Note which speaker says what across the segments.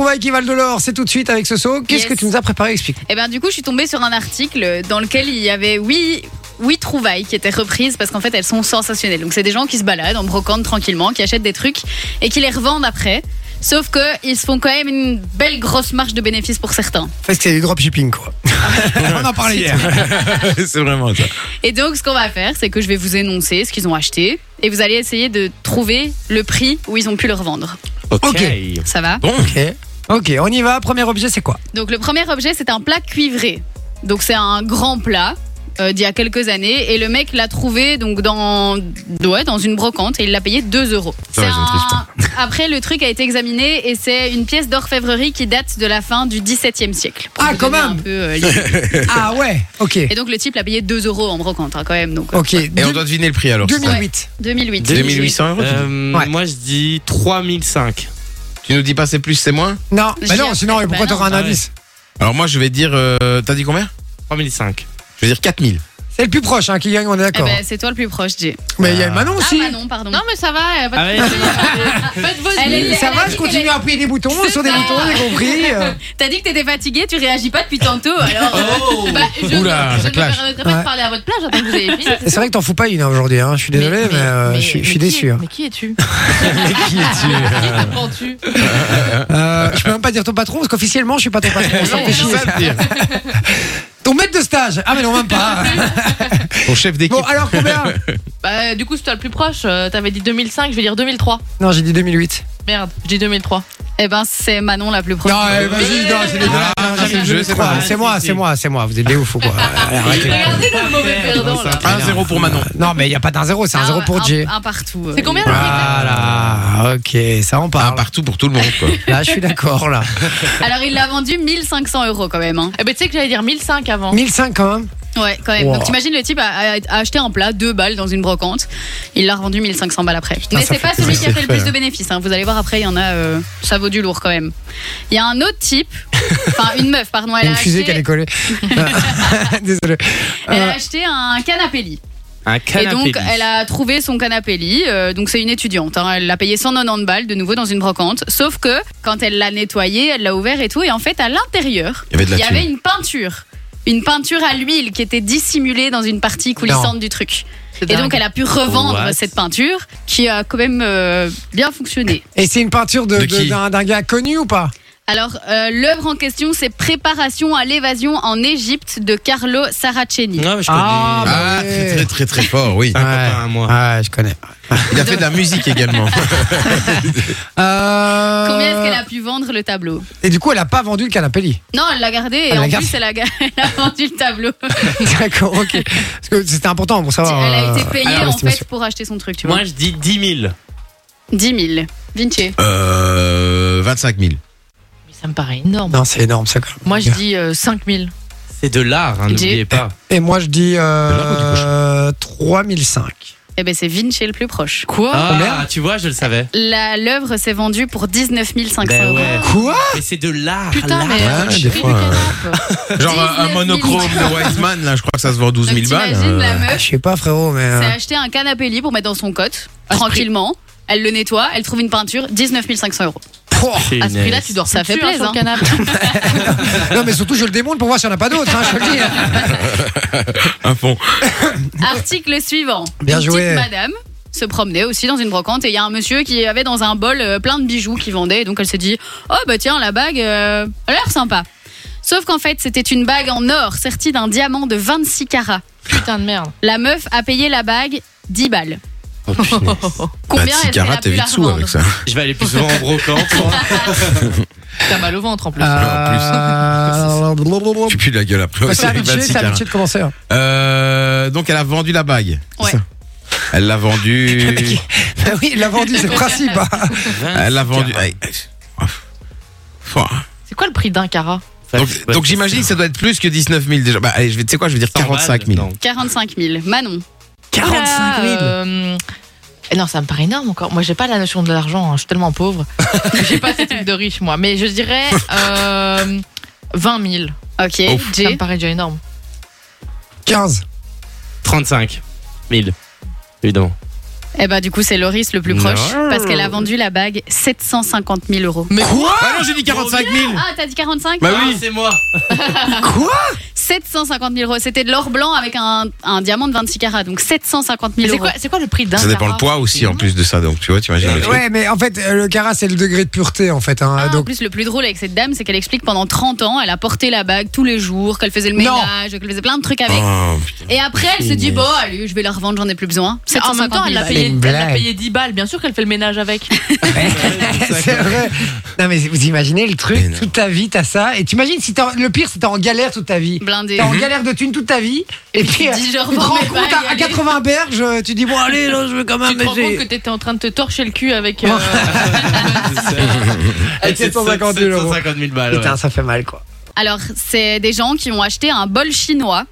Speaker 1: Douai qui valent de l'or, c'est tout de suite avec Soso. Qu'est-ce
Speaker 2: Yes.
Speaker 1: que tu nous as préparé Explique.
Speaker 2: Et ben du coup, je suis tombée sur un article dans lequel il y avait oui. Oui, trouvailles qui étaient reprises parce qu'en fait elles sont sensationnelles. Donc c'est des gens qui se baladent en brocante tranquillement, qui achètent des trucs et qui les revendent après. Sauf que ils se font quand même une belle grosse marge de bénéfices pour certains.
Speaker 1: Parce que c'est du dropshipping quoi. On en parlait hier.
Speaker 3: c'est vraiment ça.
Speaker 2: Et donc ce qu'on va faire, c'est que je vais vous énoncer ce qu'ils ont acheté et vous allez essayer de trouver le prix où ils ont pu le revendre.
Speaker 3: Ok.
Speaker 1: Ok.
Speaker 2: Ça va
Speaker 3: Bon.
Speaker 1: Ok. Ok, on y va. Premier objet, c'est quoi
Speaker 2: Donc le premier objet, c'est un plat cuivré. Donc c'est un grand plat euh, d'il y a quelques années et le mec l'a trouvé donc dans ouais, dans une brocante et il l'a payé 2 euros.
Speaker 3: Ça va,
Speaker 2: C'est
Speaker 3: j'ai une
Speaker 2: un- Après le truc a été examiné et c'est une pièce d'orfèvrerie qui date de la fin du 17e siècle. Pour
Speaker 1: Ah,
Speaker 2: vous
Speaker 1: quand
Speaker 2: donner
Speaker 1: même
Speaker 2: un peu, euh, l'idée.
Speaker 1: Ah ouais. Ok.
Speaker 2: Et donc le type l'a payé 2 euros en brocante hein, quand même donc euh,
Speaker 1: Ok.
Speaker 3: Et on
Speaker 1: Deux-
Speaker 3: doit deviner le prix alors.
Speaker 1: 2008.
Speaker 2: 2008.
Speaker 3: 2800 euros. tu dis
Speaker 4: Euh,
Speaker 1: Ouais.
Speaker 4: Moi je dis 3005.
Speaker 3: Tu nous dis pas c'est plus, c'est moins
Speaker 1: Non.
Speaker 2: J'y
Speaker 1: Bah non,
Speaker 2: ai-
Speaker 1: sinon
Speaker 2: bah
Speaker 1: pourquoi
Speaker 2: non.
Speaker 1: t'auras un
Speaker 4: Ah ouais.
Speaker 1: indice
Speaker 3: Alors moi je vais dire. euh, T'as dit combien
Speaker 4: 3005.
Speaker 3: Je vais dire 4000.
Speaker 1: C'est le plus proche hein, qui gagne, on est
Speaker 2: Eh
Speaker 1: d'accord.
Speaker 2: ben, c'est toi le plus proche, Jay.
Speaker 1: Mais il y a Manon
Speaker 2: Ah,
Speaker 1: aussi.
Speaker 2: bah non, pardon.
Speaker 5: Non, mais ça va. euh, pas de
Speaker 4: Ah ouais.
Speaker 5: soucis. Euh, Faites vos
Speaker 2: Elle est-
Speaker 1: Ça
Speaker 2: elle
Speaker 1: va,
Speaker 2: a
Speaker 1: je
Speaker 2: dit qu'elle
Speaker 1: continue à appuyer des boutons
Speaker 2: C'est
Speaker 1: sur des
Speaker 2: ça.
Speaker 1: boutons, j'ai compris. euh.
Speaker 2: T'as dit que t'étais fatigué, tu réagis pas depuis tantôt, alors.
Speaker 5: Bah, je
Speaker 3: Oula, ça
Speaker 5: je ne me
Speaker 3: clash.
Speaker 5: permettrai pas
Speaker 1: Ouais.
Speaker 5: de parler à votre place, j'attends que vous ayez fini.
Speaker 1: C'est vrai que t'en fous pas une hein, aujourd'hui, hein. je suis désolé, mais, euh, je suis- je suis
Speaker 5: mais qui
Speaker 1: déçu.
Speaker 5: est-
Speaker 1: hein.
Speaker 5: Mais qui es-tu Qui te prends-tu
Speaker 1: Euh, je peux même pas dire ton patron, parce qu'officiellement, je suis pas ton patron. on s'en fait chier.
Speaker 3: ça le pire.
Speaker 1: ton maître de stage Ah, mais non, même pas
Speaker 3: Ton chef d'équipe.
Speaker 1: Bon, alors combien
Speaker 5: Bah, du coup, c'est toi le plus proche. euh, T'avais dit 2005, je vais dire 2003.
Speaker 1: Non, j'ai dit 2008.
Speaker 5: Merde, je dis 2003.
Speaker 2: Eh ben, c'est Manon la plus proche.
Speaker 1: Non, eh, vas-y, non, c'est dégueulasse.
Speaker 3: Ah,
Speaker 1: Non, j'ai
Speaker 3: c'est le
Speaker 1: dit
Speaker 3: jeu,
Speaker 1: 2003.
Speaker 3: c'est pas
Speaker 1: C'est moi, c'est moi, c'est moi, vous êtes des ouf ou quoi
Speaker 5: Regardez le mauvais perdant là.
Speaker 3: 1-0 pour Manon.
Speaker 1: Euh, Non, mais il n'y a pas d'un zéro, c'est un
Speaker 2: Ah,
Speaker 1: zéro pour
Speaker 2: un-
Speaker 1: J.
Speaker 2: Un partout. euh.
Speaker 5: C'est combien le
Speaker 1: Voilà, ok, ça en
Speaker 3: Un
Speaker 1: parle.
Speaker 3: Ah, partout pour tout le monde quoi.
Speaker 1: Là, je suis d'accord, là.
Speaker 2: Alors, il l'a vendu 1500 euros quand même. hein.
Speaker 5: Eh ben, tu sais que j'allais dire 1005 avant.
Speaker 1: 1005 quand même.
Speaker 2: Ouais, quand même.
Speaker 1: Wow.
Speaker 2: Donc, t'imagines, le type a, a- a acheté un plat, deux balles dans une brocante. Il l'a revendu 1500 balles après. Mais
Speaker 1: ça
Speaker 2: c'est pas
Speaker 1: fait-
Speaker 2: celui
Speaker 3: ça
Speaker 2: qui a
Speaker 3: fait
Speaker 2: fait le plus
Speaker 3: faire.
Speaker 2: de bénéfices. hein. Vous allez voir après, il y en a. euh, ça vaut du lourd quand même. Il y a un autre type. Enfin, une meuf, pardon.
Speaker 1: Il y
Speaker 2: Elle
Speaker 1: a
Speaker 2: a
Speaker 1: une fusée qui a
Speaker 2: acheté,
Speaker 1: décollé. Désolé.
Speaker 2: elle a acheté un canapé lit.
Speaker 4: Un
Speaker 2: Et
Speaker 4: canapé.
Speaker 2: donc,
Speaker 4: lit.
Speaker 2: elle a trouvé son canapé lit. euh, donc, c'est une étudiante. hein. Elle l'a payé 190 balles de nouveau dans une brocante. Sauf que quand elle l'a nettoyé, elle l'a ouvert et tout. Et en fait, à l'intérieur,
Speaker 3: Il y avait de la
Speaker 2: il y avait
Speaker 3: thune.
Speaker 2: une peinture. Une peinture à l'huile qui était dissimulée dans une partie coulissante du truc. Et donc, elle a pu revendre
Speaker 4: What
Speaker 2: cette peinture qui a quand même euh, bien fonctionné.
Speaker 1: Et c'est une peinture de-
Speaker 3: De
Speaker 1: de-
Speaker 3: qui
Speaker 1: d'un d'un gars connu ou pas
Speaker 2: Alors, euh, l'œuvre en question, c'est Préparation à l'évasion en Égypte de Carlo Saraceni.
Speaker 4: Non, mais je connais.
Speaker 1: Ah, bah,
Speaker 3: Ah
Speaker 1: ouais.
Speaker 3: très très très très fort oui.
Speaker 4: Un copain à moi.
Speaker 1: Ouais, je connais.
Speaker 3: Il a fait de la musique également.
Speaker 1: Euh,
Speaker 2: Combien est-ce qu'elle a pu vendre le tableau
Speaker 1: Et du coup, elle a pas vendu le canapé lit.
Speaker 2: Non, elle l'a gardé et
Speaker 1: Elle l'a
Speaker 2: en
Speaker 1: gardé.
Speaker 2: plus, elle a, elle a vendu le tableau.
Speaker 1: D'accord, ok. Parce que c'était important pour
Speaker 2: Elle
Speaker 1: savoir.
Speaker 2: a
Speaker 1: euh,
Speaker 2: été payée
Speaker 1: alors,
Speaker 2: en
Speaker 1: l'estimation.
Speaker 2: fait pour acheter son truc, tu vois.
Speaker 4: Moi je dis 10 000.
Speaker 2: 10 000. Vinci.
Speaker 3: Euh, 25 000.
Speaker 5: Mais ça me paraît énorme.
Speaker 1: Non, c'est énorme ça. quand même.
Speaker 5: Moi, je dis euh, 5000.
Speaker 4: C'est de l'art, hein,
Speaker 2: J'ai- Oh.
Speaker 4: n'oubliez pas.
Speaker 1: Et moi, je dis euh,
Speaker 3: De l'arbre ou du
Speaker 1: 3005.
Speaker 2: Eh ben, c'est Vinci le plus proche.
Speaker 5: Quoi
Speaker 4: Ah,
Speaker 1: merde.
Speaker 4: tu vois, je le savais.
Speaker 2: La- L'œuvre s'est vendue pour 19 500
Speaker 4: Ben
Speaker 2: euros.
Speaker 4: ouais.
Speaker 1: Quoi
Speaker 4: Mais c'est de l'art.
Speaker 5: Putain,
Speaker 4: l'art.
Speaker 5: mais
Speaker 3: Ouais,
Speaker 5: je
Speaker 3: des
Speaker 5: suis
Speaker 3: fois,
Speaker 5: du
Speaker 3: euh,
Speaker 5: canap.
Speaker 3: Genre un, un
Speaker 2: 19 000.
Speaker 3: monochrome de Wiseman là je crois que ça se vend 12
Speaker 2: Donc,
Speaker 3: 000 balles.
Speaker 2: t'imagines, la
Speaker 3: euh.
Speaker 1: Ah, Je
Speaker 2: meuf
Speaker 1: sais pas, frérot, mais.
Speaker 2: s'est
Speaker 3: Hein.
Speaker 1: euh,
Speaker 2: acheté un canapé lit pour mettre dans son cote,
Speaker 3: Ah,
Speaker 5: À ce prix.
Speaker 2: tranquillement. Elle le nettoie, elle trouve une peinture, 19 500 euros.
Speaker 1: pouah.
Speaker 2: À ce prix-là, tu dors
Speaker 5: Ça fait plaisir.
Speaker 2: hein.
Speaker 1: Non, mais surtout, je le démonte pour voir s'il n'y en a pas d'autres, hein, je te le dis. hein.
Speaker 3: Un fond.
Speaker 2: Article suivant.
Speaker 1: Bien
Speaker 2: une
Speaker 1: joué.
Speaker 2: Petite madame se promenait aussi dans une brocante et il y a un monsieur qui avait dans un bol euh, plein de bijoux qu'il vendait. Et donc elle se dit Oh bah tiens, la bague, euh, elle a l'air sympa. Sauf qu'en fait, c'était une bague en or sertie d'un diamant de 26 carats.
Speaker 5: Putain de merde.
Speaker 2: La meuf a payé la bague 10 balles. Combien
Speaker 3: Oh, Bah,
Speaker 2: est-ce qu'elle a
Speaker 3: Ticara,
Speaker 2: pu
Speaker 3: t'es
Speaker 2: la
Speaker 3: vite sous
Speaker 2: revendre
Speaker 3: avec ça.
Speaker 4: Je vais aller plus souvent en brocante. moi.
Speaker 5: T'as mal au ventre en plus.
Speaker 1: Ah. Euh,
Speaker 3: Tu pues la gueule après.
Speaker 1: bah,
Speaker 3: aussi
Speaker 1: C'est
Speaker 3: avec
Speaker 1: habitué,
Speaker 3: 26
Speaker 1: c'est
Speaker 3: carats.
Speaker 1: habitué de commencer. hein.
Speaker 3: Euh, donc elle a vendu la bague.
Speaker 2: Ouais.
Speaker 3: Elle l'a vendue.
Speaker 1: Bah oui, il l'a vendu, c'est le principe. hein.
Speaker 3: Elle l'a vendue.
Speaker 4: Carats.
Speaker 3: Aïe, aïe. Fouah.
Speaker 5: C'est quoi le prix d'un carat
Speaker 3: hein. Donc, donc j'imagine que ça doit être plus que 19 000 déjà. Bah, allez, je vais, tu sais quoi, je vais dire 45 000.
Speaker 4: Non.
Speaker 2: 45 000. Manon.
Speaker 5: 45 000 Euh, Non, ça me paraît énorme encore. Moi, j'ai pas la notion de l'argent. hein. Je suis tellement pauvre. j'ai pas ces trucs de riche, moi. Mais je dirais euh, 20 000.
Speaker 2: Ok.
Speaker 3: Ouf.
Speaker 5: Ça me
Speaker 2: Jay.
Speaker 5: paraît déjà énorme.
Speaker 1: 15.
Speaker 4: 35 000. Évidemment.
Speaker 2: Eh ben du coup, c'est Loris le plus
Speaker 3: Non.
Speaker 2: proche parce qu'elle a vendu la bague 750 000 euros.
Speaker 3: Mais quoi Ah non, j'ai dit 45 000
Speaker 2: Ah, t'as dit Ah, 45
Speaker 3: Bah
Speaker 4: Ah,
Speaker 3: oui.
Speaker 4: c'est moi.
Speaker 2: 750 000 euros. C'était de l'or blanc avec un, un diamant de 26 carats, donc 750 000
Speaker 5: Mais c'est
Speaker 2: euros.
Speaker 5: quoi, c'est quoi le prix d'un
Speaker 3: Ça dépend
Speaker 5: carat
Speaker 3: le poids aussi en plus de ça, donc tu vois, t'imagines le truc.
Speaker 1: Ouais, mais en fait, euh, le carat, c'est le degré de pureté, en fait. hein,
Speaker 2: Ah, En
Speaker 1: donc,
Speaker 2: plus, le plus drôle avec cette dame, c'est qu'elle explique pendant 30 ans, elle a porté la bague tous les jours, qu'elle faisait le
Speaker 1: Non.
Speaker 2: ménage, qu'elle faisait plein de trucs avec.
Speaker 3: Oh,
Speaker 2: Et après, elle se dit, bon, allez, je vais la revendre, j'en ai plus besoin.
Speaker 5: C'est- En même temps, elle l'a
Speaker 2: 750 000
Speaker 1: C'est
Speaker 5: payé,
Speaker 1: une
Speaker 5: elle l'a
Speaker 1: blague.
Speaker 5: payé 10 balles. Bien sûr qu'elle fait le ménage avec.
Speaker 1: c'est vrai. Non, mais vous imaginez le
Speaker 3: Mais
Speaker 1: truc,
Speaker 3: non.
Speaker 1: toute ta vie, t'as ça. Et t'imagines, si t'es en- le pire, c'est t'es en galère toute ta vie.
Speaker 2: blindée.
Speaker 1: T'es
Speaker 3: Mhm.
Speaker 1: en galère de thunes toute ta vie. Et,
Speaker 2: tu
Speaker 1: puis,
Speaker 2: te dis, je
Speaker 1: euh, tu te
Speaker 2: revends
Speaker 1: rends
Speaker 2: mes
Speaker 1: compte
Speaker 2: bagues,
Speaker 1: à, à
Speaker 2: allez.
Speaker 1: 80 berges, euh, tu dis, bon, allez, là, je veux quand même.
Speaker 5: Tu te rends
Speaker 1: Ah, j'ai-
Speaker 5: compte que t'étais en train de te torcher le cul avec. euh,
Speaker 1: Avec 750 000 euros.
Speaker 4: 750 000 balles. ouais.
Speaker 1: Putain, ça fait mal, quoi.
Speaker 2: Alors, c'est des gens qui ont acheté un bol chinois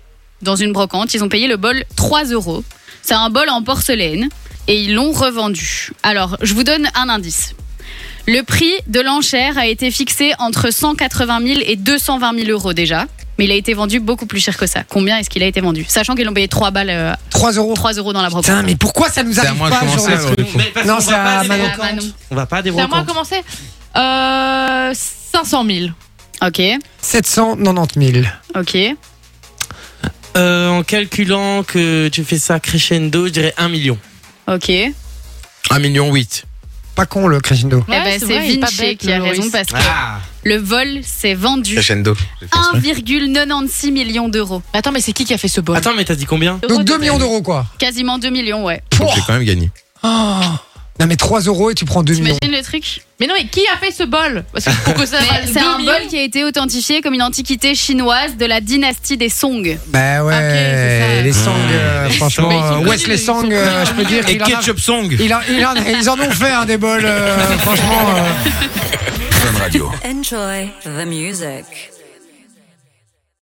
Speaker 2: dans une brocante. Ils ont payé le bol 3 euros. C'est un bol en porcelaine et ils l'ont revendu. Alors, je vous donne un indice. Le prix de l'enchère a été fixé entre 180 000 et 220 000 euros déjà. Mais il a été vendu beaucoup plus cher que ça. Combien est-ce qu'il a été vendu Sachant qu'ils l'ont payé 3 balles, euh,
Speaker 1: 3 euros.
Speaker 2: 3 euros dans la brocante.
Speaker 1: Putain, mais pourquoi ça nous
Speaker 3: C'est à
Speaker 1: arrive
Speaker 3: moi de
Speaker 1: pas
Speaker 3: commencer,
Speaker 1: genre,
Speaker 3: alors, du coup.
Speaker 4: Mais parce
Speaker 1: Non,
Speaker 4: qu'on
Speaker 1: c'est
Speaker 4: va pas
Speaker 1: à
Speaker 4: à des
Speaker 1: Manon.
Speaker 4: brocantes.
Speaker 2: À Manon.
Speaker 4: On va pas à des
Speaker 5: C'est à moi de
Speaker 4: brocantes.
Speaker 5: commencer euh, 500 000.
Speaker 2: Ok,
Speaker 1: 790 000.
Speaker 2: ok.
Speaker 4: Euh, en calculant que tu fais ça crescendo, je dirais 1 million.
Speaker 2: Ok. Eh
Speaker 3: 1 million 8.
Speaker 1: Pas con, le crescendo.
Speaker 2: ben, c'est
Speaker 5: vrai, il est pas
Speaker 2: Vinci
Speaker 5: bête,
Speaker 2: qui a
Speaker 5: le
Speaker 2: raison
Speaker 5: Loris.
Speaker 2: parce que
Speaker 4: Ah,
Speaker 2: le vol s'est vendu
Speaker 3: Crescendo.
Speaker 1: Ah.
Speaker 2: 1,96 million d'euros.
Speaker 5: Mais Attends, mais c'est qui qui a fait ce bol
Speaker 4: Attends, mais t'as dit combien
Speaker 1: Donc 2 millions d'euros, quoi.
Speaker 2: Quasiment 2 millions, ouais.
Speaker 1: Pouah.
Speaker 3: J'ai quand même gagné.
Speaker 1: Oh. Non, mais 3 euros et tu prends 2 millions.
Speaker 2: T'imagines le truc
Speaker 5: Mais non, mais qui a fait ce bol Parce que pour que ça.
Speaker 2: Mais
Speaker 5: vaille
Speaker 2: C'est
Speaker 5: 2
Speaker 2: un
Speaker 5: millions,
Speaker 2: bol qui a été authentifié comme une antiquité chinoise de la dynastie des Song.
Speaker 1: Bah ouais,
Speaker 5: c'est ça.
Speaker 1: les sangs, euh,
Speaker 4: Mmh.
Speaker 1: franchement,
Speaker 5: Mais ils sont
Speaker 1: euh,
Speaker 5: connus,
Speaker 1: Wesley
Speaker 5: ils sont
Speaker 1: Sang,
Speaker 5: connus.
Speaker 1: euh, je peux dire
Speaker 3: Et
Speaker 1: qu'il en a-
Speaker 3: Ketchup Song.
Speaker 1: il en- il en- ils en ont fait un des bols, euh, franchement. euh.
Speaker 6: Enjoy the music.